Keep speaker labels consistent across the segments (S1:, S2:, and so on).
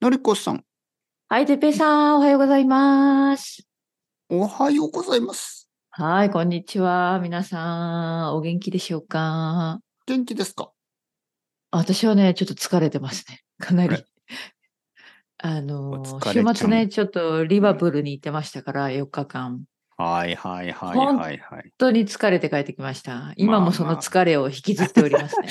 S1: のりこさん、
S2: はい、てっぺいさん、おはようございます。
S1: おはようございます。
S2: はい、こんにちは。皆さん、お元気でしょうか
S1: 元気ですか
S2: あ私はね、ちょっと疲れてますね。かな
S1: あ
S2: り
S1: れ。
S2: あの
S1: お疲れ
S2: ー、
S1: ちゃん
S2: 週末ね、ちょっとリバプールに行ってましたから、4日間。本
S1: はいはいはい
S2: ほん
S1: はいはい。
S2: 当に疲れて帰ってきました。今
S1: まあ
S2: もその疲れを引きずっており ますね。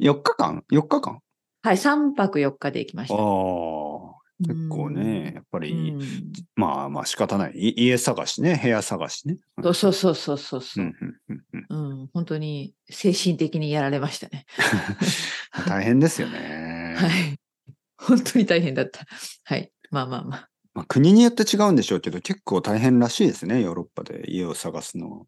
S1: 4日間 ?4 日間
S2: はい、3泊4日で行きまし
S1: ああ
S2: た。、
S1: 結構ね、やっぱ
S2: う
S1: り、
S2: ん。うん
S1: まあまあ仕方ない。い家探しね、部屋探しね。
S2: そうそうそうそうそう
S1: う
S2: そ
S1: んう
S2: う。
S1: んうんうん
S2: うん、本当に精神的にやられましたね。
S1: 大変ですよね。
S2: はい。本当に大変だった。はい。まあまあまあ。
S1: まあ、国によって違うんでしょうけど、結構大変らしいですね、ヨーロッパで家を探すのは。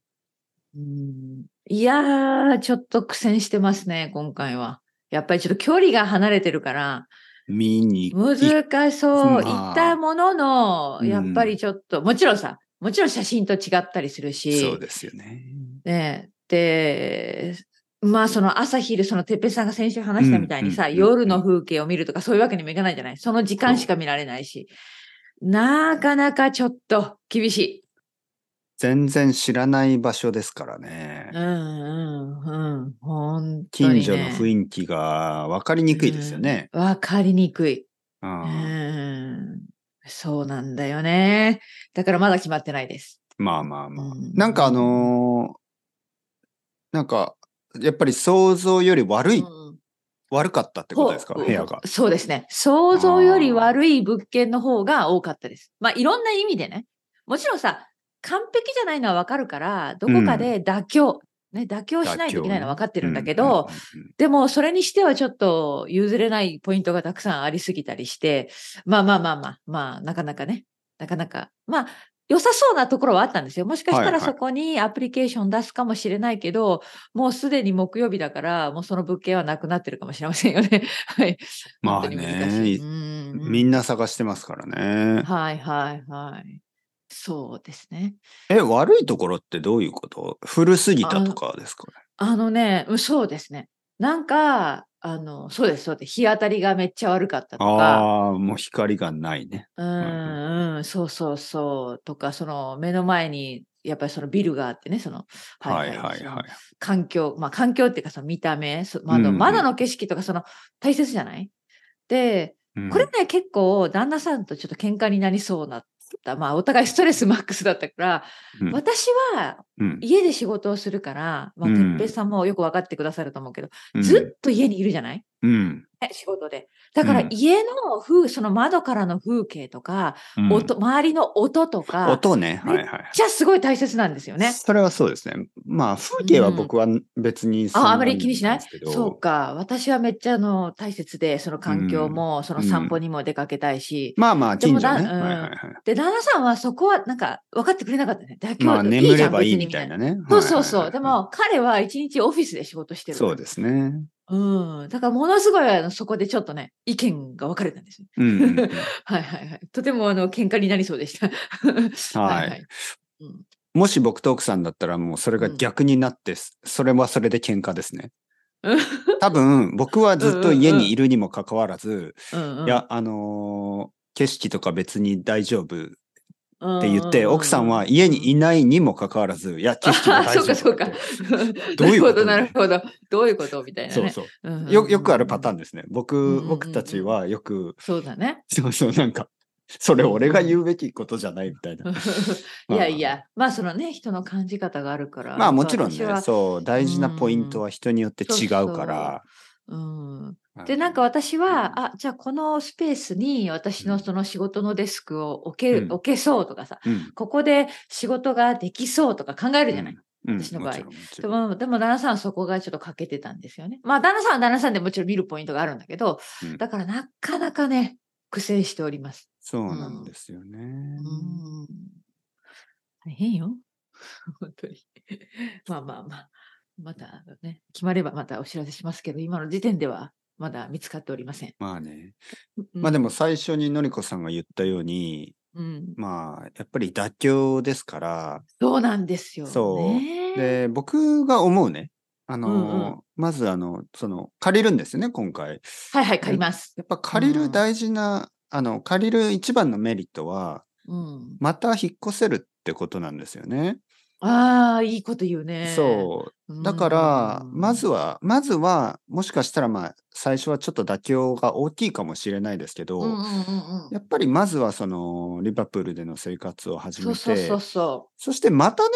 S2: うんいやー、ちょっと苦戦してますね、今回は。やっぱりちょっと距離が離れてるから、
S1: 見に行き
S2: 難しそう。
S1: いまあ
S2: 行ったもの
S1: う
S2: の、
S1: ん
S2: やっぱりちょっと、もちろんさ、もちろん写真と違ったりする
S1: そう
S2: し、
S1: ですよね。
S2: ね、で、まあその朝昼、そのてっぺいさんが先週話したみたいにさ、
S1: うんうんうん
S2: 夜の風景を見るとかそういうわけにもいかないじゃないその時間しか見られないし、なかなかちょっと厳しい。
S1: 全然知らない場所ですからね。
S2: うんうんうん。本当に、ね。
S1: 近所の雰囲気が分かりにくいですよね。
S2: わかりにくい。
S1: うん
S2: うん。そうなんだよね。だからまだ決まってないです。
S1: まあまあまあ。
S2: うん
S1: なんかあのーなんか、やっぱり想像より悪い、
S2: うん
S1: 悪かったってことですか、
S2: ほ
S1: 部屋が。
S2: そうですね。想像より悪い物件の方が多かったです。まあいろんな意味でね。もちろんさ、完璧じゃないのはわかるから、どこかで妥協、ね、妥協しないといけないのは分かってるんだけど、
S1: うんうんうん
S2: でも、それにしてはちょっと譲れないポイントがたくさんありすぎたりして、まあまあまあまあ、まあ、なかなかね、なかなか、まあ、良さそうなところはあったんですよ。もしかし
S1: は
S2: た
S1: いは
S2: ら
S1: い
S2: そこにアプリケーション出すかもしれないけど、もうすでに木曜日だから、もうその物件はなくなってるかもしれませんよね。 はい。
S1: まあ
S2: 本当に難しい
S1: ね、
S2: うんうん
S1: みんな探してますからね。
S2: はいはいはい。そうですね。
S1: え、悪いところってどういうこと古すぎたとかですかね
S2: あのね、うんそうですね。なんか、あの、そうです、そうです。日当たりがめっちゃ悪かったとか、
S1: ああー、もう光がないね。
S2: うんうん、そうそうそう。とか、その目の前に、やっぱりそのビルがあってね、その、
S1: はいはい
S2: そ
S1: は
S2: の
S1: い。
S2: 環境、まあ環境っていうかその見た目、そ
S1: うんう
S2: 窓、
S1: ん
S2: 窓の景色とかその大切じゃないで、
S1: うん
S2: これね、結構旦那さんとちょっと喧嘩になりそうなった。まあお互いストレスマ ックスだったから、
S1: うん
S2: 私は
S1: うん
S2: 家で仕事をするから、まあ、
S1: うん
S2: てっぺいさんもよく分かってくださると思うけど、
S1: うん
S2: ずっと家にいるじゃない
S1: うん
S2: ね仕事で。だから
S1: うん
S2: 家の風、その窓からの風景とか、
S1: うん
S2: 音、周りの音とか、めっ
S1: 音ね。はいはいはい。
S2: ちゃすごい大切なんですよね。
S1: それはそうですね。まあ、風景は僕は別にそんな
S2: ああまり気にしない
S1: んですけど
S2: そうか。私はめっちゃあの大切で、その環境も、その散歩にも出かけたいし、
S1: まあまあ、
S2: で
S1: 近
S2: も
S1: 所
S2: だ
S1: ね。
S2: うん
S1: はいはいはい
S2: で、旦那さんはそこはなんか分かってくれなかったね。妥協
S1: まあ、
S2: いい
S1: 眠
S2: じ
S1: れ
S2: ゃん
S1: ばいい
S2: 別に
S1: みたいなね。
S2: そうそうそう。
S1: はいは
S2: で
S1: いはい
S2: も彼は一日オフィスで仕事してる。
S1: そうですね。
S2: うん。だからものすごいあのそこでちょっとね、意見が分かれたんですよ。
S1: うんうんうん
S2: はいはいはい。とてもあの喧嘩になりそうでした。
S1: はいもし僕と奥さんだったら、もうそれが逆になって、それはそれで喧嘩ですね。
S2: うん
S1: 多分、僕はずっと家にいるにもかかわらず、
S2: うんうん
S1: いや、あのー景色とか別に大丈夫っ
S2: って
S1: 言って、奥さんは家にい
S2: い。
S1: ないにもかかわらず、い や、景色は大丈夫だって。
S2: そうかそう か。
S1: どういうこと
S2: なるほど、なるほど。どういうことみたいな
S1: そう
S2: ね。
S1: そう。
S2: うんうんうん
S1: よよくあるパターン。ですね。
S2: うんうん
S1: 僕、
S2: うんうん
S1: 僕たちはよく、
S2: そう だね。
S1: そうそう、なんか、それ俺が言うべきことじゃないみたいな。
S2: いやいや、まあそのね、人の感じ方があるから。
S1: まあもちろん
S2: 私
S1: ね、
S2: は
S1: そう、大事なポイントは人によって違うから。
S2: うん。で、なんか私は、あ、じゃあこのスペースに私
S1: う
S2: の
S1: ん
S2: その仕事のデスクを置け、
S1: うん
S2: 置けそうとかさ、
S1: うん、うん、
S2: ここで仕事ができそうとか考えるじゃない。
S1: うん、
S2: 私の場
S1: も
S2: 合
S1: ちろんもち
S2: で
S1: ろん
S2: も、でも旦那さんはそこがちょっと欠けてたんですよね。まあ、旦那さんは旦那さんでもちろん見るポイントがあるんだけど、
S1: うん
S2: だからなかなかね、苦戦しております。
S1: そうなんですよね。
S2: うん。大変よ。 本当に。 まあまあまあ。またね、決まればまたお知らせしますけど、今の時点ではまだ見つかっておりません。
S1: まあね。まあで
S2: も、
S1: も最初にのりこさんが言ったように、
S2: うん、
S1: まあやっぱり妥協ですから、
S2: そうなんですよ、ね。
S1: そうで、僕が思うね、あの、
S2: うんう
S1: まずあの、その、借りるんですよね、今回。
S2: はいはい、借ります。
S1: やっぱ借り
S2: う
S1: る
S2: ん
S1: 大事な、あの、借りる一番のメリットは、
S2: うん。
S1: また引っ越せるってことなんですよね。
S2: ああ、いいこと言うね。
S1: そう。
S2: う
S1: だから、
S2: ん
S1: まずは、まずは、もしかしたら、まあ、最初はちょっと妥協が大きいかもしれないですけど、
S2: うんうんうんうん
S1: やっぱりまずは、その、リバプールでの生活を始
S2: そ
S1: め
S2: う
S1: て、
S2: そうそうそ
S1: そしてまたね、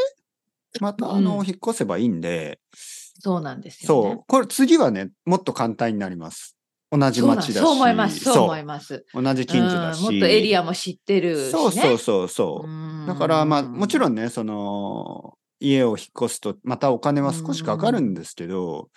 S1: また、あの、
S2: うん
S1: 引っ越せばいいんで、
S2: う。そうなんですよ、ね。
S1: そう、これ、次はね、もっと簡単になります。同じ
S2: そうなん
S1: 町だし、
S2: そう思います。そう思い
S1: そ
S2: ます。
S1: う同じ近所だし、
S2: うんもっとエリ
S1: ア
S2: アも知ってるし、ね。
S1: そうそうそうそう。だから、まあ、もちろ
S2: ん。
S1: んね、その、家を引っ越すと、またお金は少しかかるんですけど、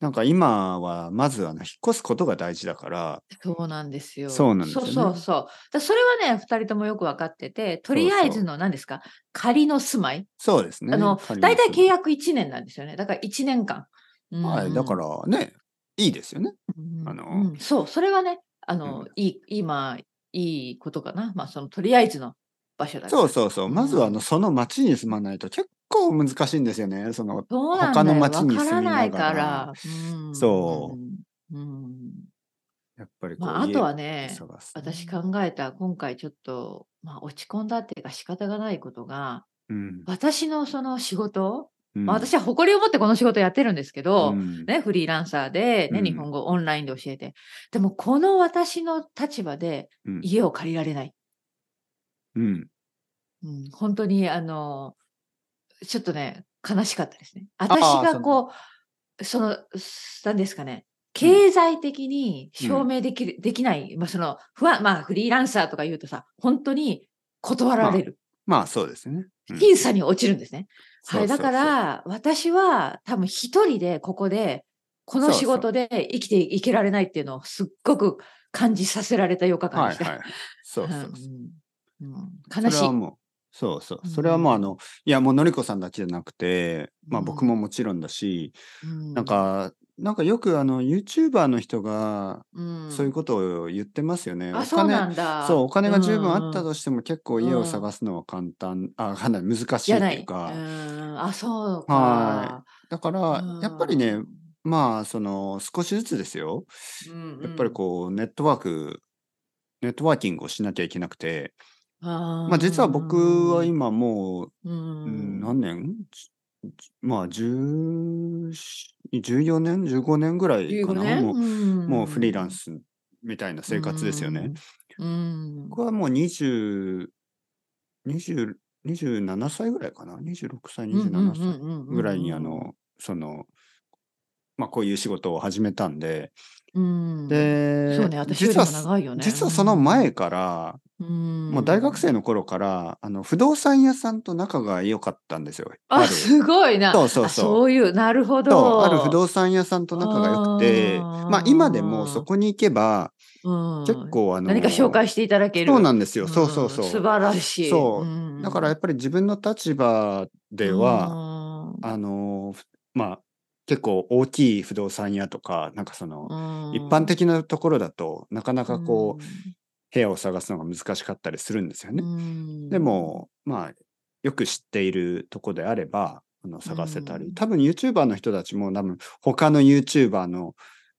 S1: なんか今は、まずあの、引っ越すことが大事だから、
S2: そうなんですよ。
S1: そうなんですよね
S2: そうそうそう。だそれはね、二人ともよく分かってて、とりあえずの何ですか、仮の住まい。
S1: そうですね。
S2: あの
S1: 借、ります
S2: 大体契約1年なんですよね。だから1年間。、
S1: はい、だかららね、いいですよね。
S2: うん
S1: あの
S2: うんそう、それはね、あの、
S1: うん
S2: いい、今、いいことかな。まあ、その、とりあえずの場所だ
S1: そう
S2: そ
S1: そうそう。まずは、あ
S2: う
S1: の、その町に住まないと結構難しいんですよね。その、
S2: うなんだ
S1: 他
S2: よ
S1: の町に住みながら
S2: わからないから。うん。
S1: そう
S2: うん。
S1: やっぱりこう、
S2: まあ、あとはね
S1: 家、探す
S2: 私考えた今回ちょっと、まあ、落ち込んだっていうか仕方がないことが
S1: うん。
S2: 私のその仕事、
S1: うん
S2: まあ、私は誇りを持ってこの仕事やってるんですけど、
S1: うん
S2: ね、フリーランサーで、ね
S1: うん
S2: 日本語オンラインで教えてでもこの私の立場で
S1: うん
S2: 家を借りられない、
S1: うん
S2: うん、本当にあのちょっとね悲しかったですね。
S1: ー
S2: 私がこうその何ですかね経済的に証明できる、できない、まあ、その不安まあフリーランサーとか言うとさ本当に断られる、
S1: まあ、そうですね。うん
S2: 僅差に落ちるんですね。
S1: そう
S2: は
S1: そう
S2: い、
S1: そう
S2: だから私は多分一人でここでこの仕事で生きていけられないっていうのをすっごく感じさせられた8日間
S1: は
S2: で
S1: い
S2: した。
S1: はい。そう そうそう。
S2: うんうん
S1: そ
S2: 悲
S1: れ
S2: し。
S1: はいもう、そうそう。
S2: うん
S1: それはもうあの、いやもうのりこさんだけじゃなくて、まあ
S2: うん
S1: 僕ももちろんだし、
S2: な
S1: なん、か、なんかよくあの、YouTuber の人が、
S2: うん
S1: そういうことを言ってますよね。お金
S2: あ、そうなんだ。
S1: そう、お金が十分あった
S2: うんうん
S1: としても結構家を探すのは簡単、あ、かなり難し
S2: じ
S1: い
S2: ゃ
S1: っ
S2: な
S1: てい
S2: い。
S1: うか、
S2: うんあ、そうか。
S1: はだから、
S2: うん
S1: やっぱりね、まあ、その、少しずつですよ。やっぱりこう、ネットワーク、ネットワーキングをしなきゃいけなくて、
S2: うん、ま
S1: まあ実は僕は、今もう、
S2: うん
S1: うん何年じじまあ10 14年15年ぐらいかなもう,、もうフリーランスみたいな生活ですよね。。
S2: うんうん
S1: 僕はもう20 20 27歳ぐらいかな26歳27歳ぐらいにあ、のそのまあこういう仕事を始めたんで、
S2: うん、
S1: で
S2: そうね、私より
S1: 実
S2: も
S1: は
S2: 長いよね。
S1: 実はその前から、
S2: うん、
S1: もう大学生の頃からあの不動産屋さんと仲が良かったんですよ。
S2: あ、
S1: る
S2: すごいな。
S1: そうそう
S2: あ
S1: そう
S2: そういう、なるほ
S1: と
S2: ど。
S1: ある不動産屋さんと仲が良くて
S2: あー
S1: まあ今でもそこに行けば
S2: うん
S1: 結構あの
S2: 何か紹介していただける。
S1: そうなんんですよ、そうそうそう
S2: 素晴らしい。
S1: そう
S2: うん
S1: だからやっぱり自分の立場では、あのふまあ結構大きい不動産屋とかなんかその、
S2: う
S1: 一
S2: ん、
S1: 般的なところだとなかなかこう、
S2: う
S1: 部屋を探すのが難しかったりするんですよ
S2: ん、
S1: ね、でもまあよく知っているとこであればあの探せたり、
S2: うん
S1: 多分 YouTuber の人たちも多分他の YouTuber の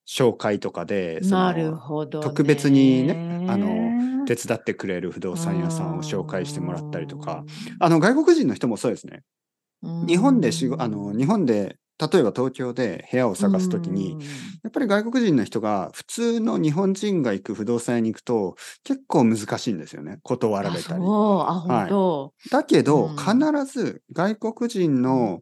S1: 紹介とかでその
S2: なるほど、ね。
S1: 特別にねあの手伝ってくれる不動産屋さんを紹介してもらったりとか、あの外国人の人もそうですね
S2: うん、
S1: 日本でしごあの日本で例えば東京で部屋を探すときに、やっぱり外国人の人が普通の日本人が行く不動産屋に行くと結構難しいんですよね断
S2: あ
S1: られたり。
S2: そうあ、本当、
S1: だけど、
S2: うん
S1: 必ず外国人の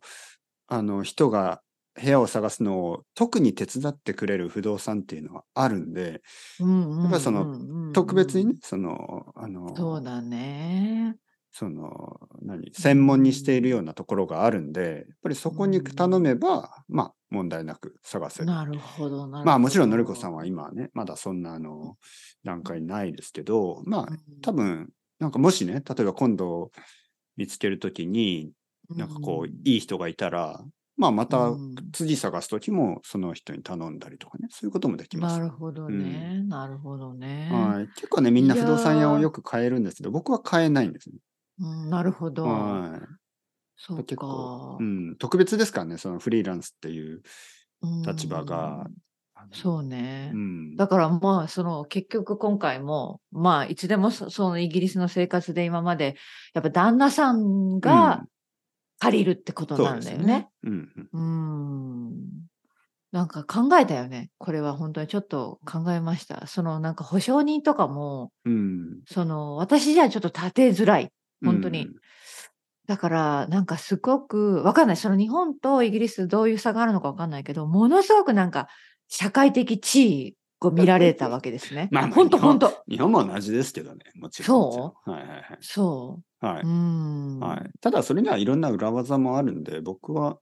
S1: あの人が部屋を探すのを特に手伝ってくれる不動産っていうのはあるんで、
S2: うんうん
S1: やっぱその
S2: の
S1: 特別にね、その、あ
S2: そ
S1: の
S2: う、だね。
S1: その、何、専門にしているようなところがあるんで、やっぱりそこに頼めば、まあ、問題なく探せる。
S2: なるほど、なるほど。
S1: まあ、もちろん、のりこさんは今はね、まだそんな、あの、段階ないですけど、まあ、多分、なんかもしね、例えば今度見つけるときに、
S2: 分
S1: なんかこう、いい人がいたら、まあ、また次探すときも、その人に頼んだりとかね、そういうこともできます。
S2: なるほどね、なるほどね。
S1: はい、結構ね、みんない
S2: や
S1: 不
S2: ー
S1: 動産屋をよく買えるんですけど、僕は買えないんですね。
S2: うん、なるほど。
S1: は
S2: そう
S1: 結
S2: か
S1: 構い。う。ん、特別ですからね、そのフリーランスっていう
S2: うん
S1: 立場が、あ
S2: そうね
S1: う。ん。
S2: だからまあその結局今回もまあいつでもそそのイギリスの生活で今までやっぱ旦那さんが借りるってことなんだよね。
S1: うん、うんうん。
S2: うーんなんか考えたよね。これは本当にちょっと考えました。そのなんか保証人とかも、
S1: うん。
S2: その私じゃちょっと立てづらい。本当に
S1: うん。。
S2: だからなんかすごくわかんない。その日本とイギリスどういう差があるのかわかんないけど、ものすごくなんか社会的地位を見られたわけですね
S1: まあまあ
S2: 本当
S1: 日本
S2: 本当。
S1: 日本も同じですけどね、もちろん。
S2: そう
S1: はいはいはい。
S2: そ
S1: は
S2: う。うー
S1: い。
S2: ん。
S1: はい、ただ、それにはいろんな裏技もあるんで、僕は、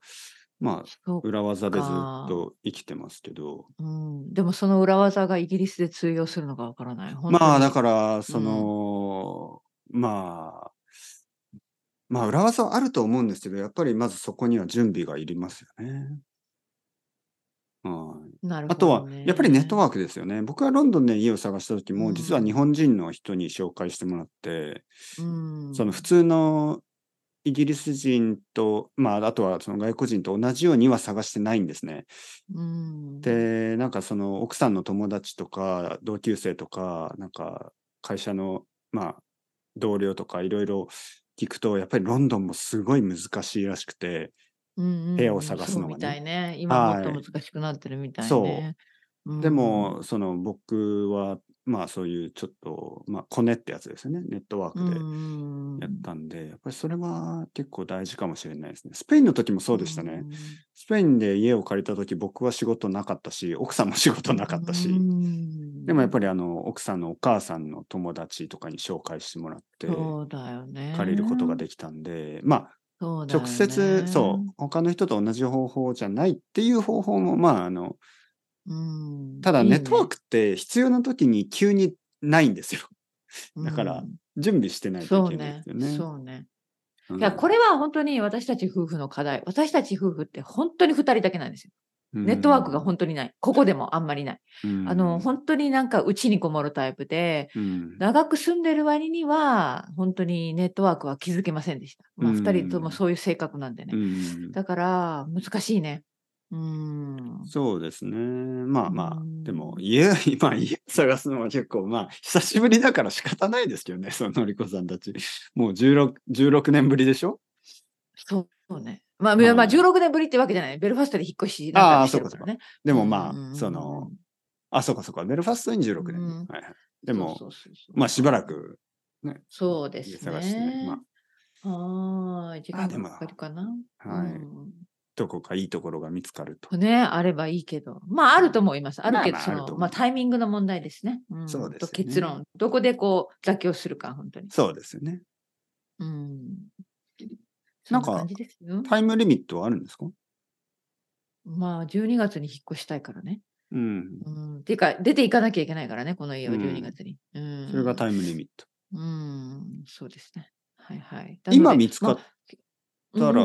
S1: まあ、
S2: そう
S1: 裏技でずっと生きてますけど、
S2: うん、でもその裏技がイギリスで通用するのかわからない。本当に
S1: まあ、だから、その、まあ、まあ、裏技はあると思うんですけど、やっぱりまずそこには準備がいりますよね。はい。
S2: なる
S1: あ
S2: ほ
S1: とは
S2: どね、
S1: やっぱりネットワークですよね。僕はロンドンで家を探した時
S2: う
S1: も、
S2: ん
S1: 実は日本人の人に紹介してもらって、
S2: うん、
S1: その普通のイギリス人と、まあ、あとはその外国人と同じようには探してないんですね。
S2: うん、
S1: で、なんかその奥さんの友達とか、同級生とか、なんか会社の、まあ、同僚とか、いろいろ聞くと、やっぱりロンドンもすごい難しいらしくて、
S2: 部
S1: 部屋を探すのがね
S2: みたいね。今も
S1: は
S2: っ
S1: い
S2: と難しくなってるみたいね。
S1: そう
S2: うん
S1: でも、その僕は、まあそういうちょっと、まあコネってやつですよね。ネットワークで
S2: うん
S1: やったんで、やっぱりそれは結構大事かもしれないですね。スペインの時もそうでしたね。
S2: ん
S1: スペインで家を借りた時僕は仕事なかったし、奥さんも仕事なかったし、
S2: うん
S1: でもやっぱりあの奥さんのお母さんの友達とかに紹介してもらって、
S2: そうだよね。
S1: 借りることができたんで、ま
S2: そう
S1: あ、
S2: だよ
S1: 直
S2: ね
S1: 接、そう、他の人と同じ方法じゃないっていう方法も、まあ、あの、
S2: うん
S1: ただ
S2: いいね
S1: ネットワークって必要な時に急にないんですよ。 だから
S2: うん
S1: 準備してないと
S2: そ
S1: いうけないです
S2: ね
S1: よね。。
S2: そうね。
S1: うん
S2: いや、これは本当に私たち夫婦の課題。私たち夫婦って本当に2人だけなんですよ。ネットワークが本当にない。ここでもあんまりない。
S1: うん
S2: あの、本当になんか家にこもるタイプで、
S1: うん
S2: 長く住んでる割には、本当にネットワークは気づけませんでした。まあ、
S1: うん
S2: 2人ともそういう性格なんで
S1: う
S2: ね。
S1: ん
S2: だから、難しいね。うーん。
S1: そうですね。まあまあ、
S2: うん
S1: でも家、 今家探すのは結構、まあ、久しぶりだから仕方ないですけどね、 そののりこさんたち。もう 16, 16年ぶりでしょ
S2: そうそうね。まあ、
S1: まあ
S2: まあ、16年ぶりってわけじゃない。ベルファストで引っ越しなんかしてるからね。
S1: でもまあ、
S2: うん
S1: その、、あ、そうかそうか、ベルファストに16年。
S2: うん
S1: はいはい、でも、
S2: そうそうそうそう
S1: まあしばら。く
S2: そうで
S1: 家
S2: す
S1: 探してね、
S2: ね。
S1: まあ、
S2: はーい。時間
S1: でも
S2: がかかるかな。
S1: はい
S2: うん
S1: どこかいいところが見つかると。
S2: ね、あればいいけど。まあ、あると思います。あるけ
S1: まあま
S2: ど、
S1: あ
S2: そ
S1: あると
S2: の、
S1: 思う
S2: まあ、タイミングの問題ですね。うん
S1: そうですよね
S2: と結論。どこでこう、妥協するか、本当に。
S1: そうですよね。
S2: うん。
S1: なん
S2: そ
S1: か
S2: 感じですよ。
S1: タイムリミットはあるんですか
S2: まあ、12月に引っ越したいからね。
S1: うん。
S2: うん。ていうか、出ていかなきゃいけないからね、この家を
S1: うん
S2: 12月に。うん。
S1: それがタイムリミット。
S2: うん、そうですね。はいはい。
S1: 今見つかっ
S2: ま
S1: た
S2: あ
S1: ら、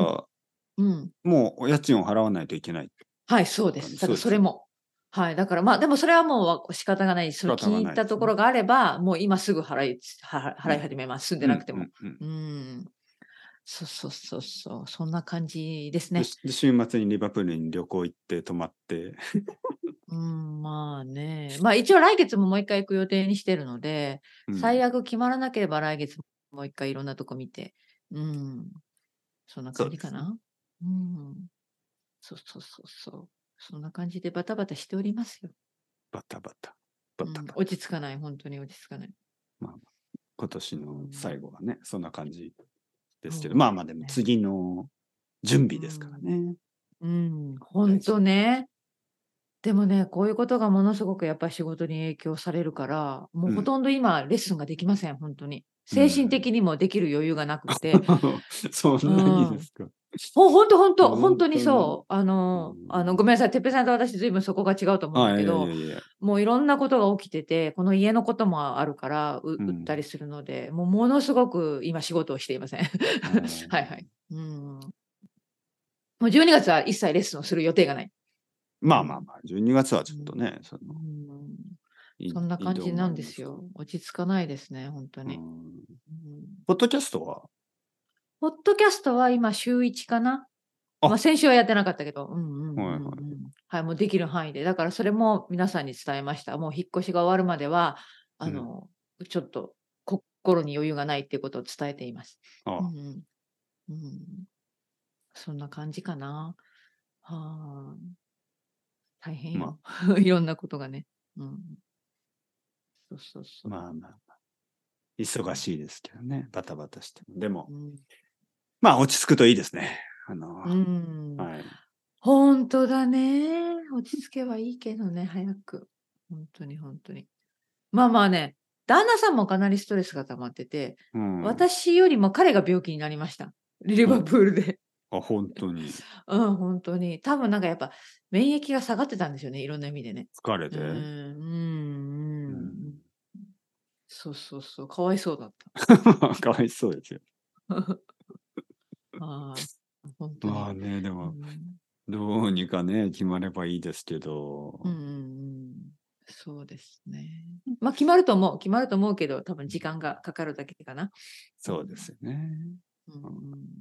S2: うんうん、うん
S1: もうお家賃を払わないといけない。
S2: はい、そうです。
S1: そ
S2: だ
S1: う
S2: か
S1: で
S2: ら
S1: す
S2: それも。はい。だからまあ、でもそれはもうわ仕方がない。それ
S1: 仕方がない
S2: 聞いたところがあれば、もう今すぐ払い、は払い始めます。住んでなくても。
S1: うんうんうん
S2: うん。そうそうそうそう。そんな感じです
S1: で
S2: ね。
S1: しで週末にリバプールに旅行行って泊まって。
S2: うん、まあね。まあ一応来月ももう一回行く予定にしてるので、最
S1: 悪。
S2: 悪決まらなければ来月もう一回いろんなとこ見て。うん。そんな感じかな。うん。そうそうそうそう。そんな感じでバタバタしておりますよ。
S1: バタバタ。バタバタ。
S2: うん落ち着かない、本当に落ち着かない。
S1: 今年の最後はね、そんな感じですけど、
S2: そう
S1: まあまあでも次の準備ですからね。
S2: うん、本当ね。でもね、こういうことがものすごくやっぱり仕事に影響されるから、もううんほとんど今、レッスンができません、本当に。精神的にもできる余裕がなくて、
S1: そんなにですか。
S2: もう本当、本
S1: 本
S2: 当、
S1: 当に
S2: 本当にそう。あの
S1: う、ん
S2: あのごめんなさい、てっぺいさんと私、ずいぶんそこが違うと思うん
S1: あ
S2: だ
S1: い
S2: け
S1: やい
S2: ど
S1: や、いや。
S2: もういろんなことが起きてて、この家のこともあるから、う
S1: うん
S2: 売ったりするので、もうものすごく今、仕事をしていません。はいはい。うん。もう12月は一切レッスンをする予定がない。
S1: まあまあまあ、12月はちょっとね、その
S2: うん
S1: い
S2: そんな感じなんです
S1: 移動
S2: よ。落ち着かないですね、本当
S1: もあり
S2: に。
S1: ます
S2: うん
S1: うんポッドキャストは
S2: ポッドキャストは今週1かな
S1: あ
S2: まあ、先週はやってなかったけど。うんうんうんうん
S1: はいはい
S2: はい、もうできる範囲で。だからそれも皆さんに伝えました。もう引っ越しが終わるまでは、あの、ちょっと心に余裕がないっていうことを伝えています。
S1: ああ
S2: うんうん、そんな感じかな。はあ、大変よ。 いろんなことがね。うん、そうそうそう。
S1: まあまあまあ。忙しいですけどね。バタバタしても。でも、
S2: うん
S1: まあ落ち着くといいですね。あの、
S2: うん
S1: はい。
S2: 本当だね。落ち着けばいいけどね、早く。本当に本当に。まあまあね、旦那さんもかなりストレスが溜まってて、
S1: うん、
S2: 私よりも彼が病気になりました。リバプールで。
S1: あ、本当に
S2: うん、本当に。多分なんかやっぱ免疫が下がってたんですよね、いろんな意味でね。
S1: 疲れ
S2: う
S1: て。
S2: ん、う
S1: う
S2: ん、うんん。そうそうそう、かわいそうだっ
S1: かわいそうですよ。
S2: た。 ああ、本当に。
S1: まあね、で
S2: う
S1: も、
S2: ん
S1: どうにかね、決まればいいですけど。
S2: うんうんうんそうですね。まあ決まると思う、決まると思うけど、多分時間がかかるだけかな。
S1: そうですよね。
S2: うんうん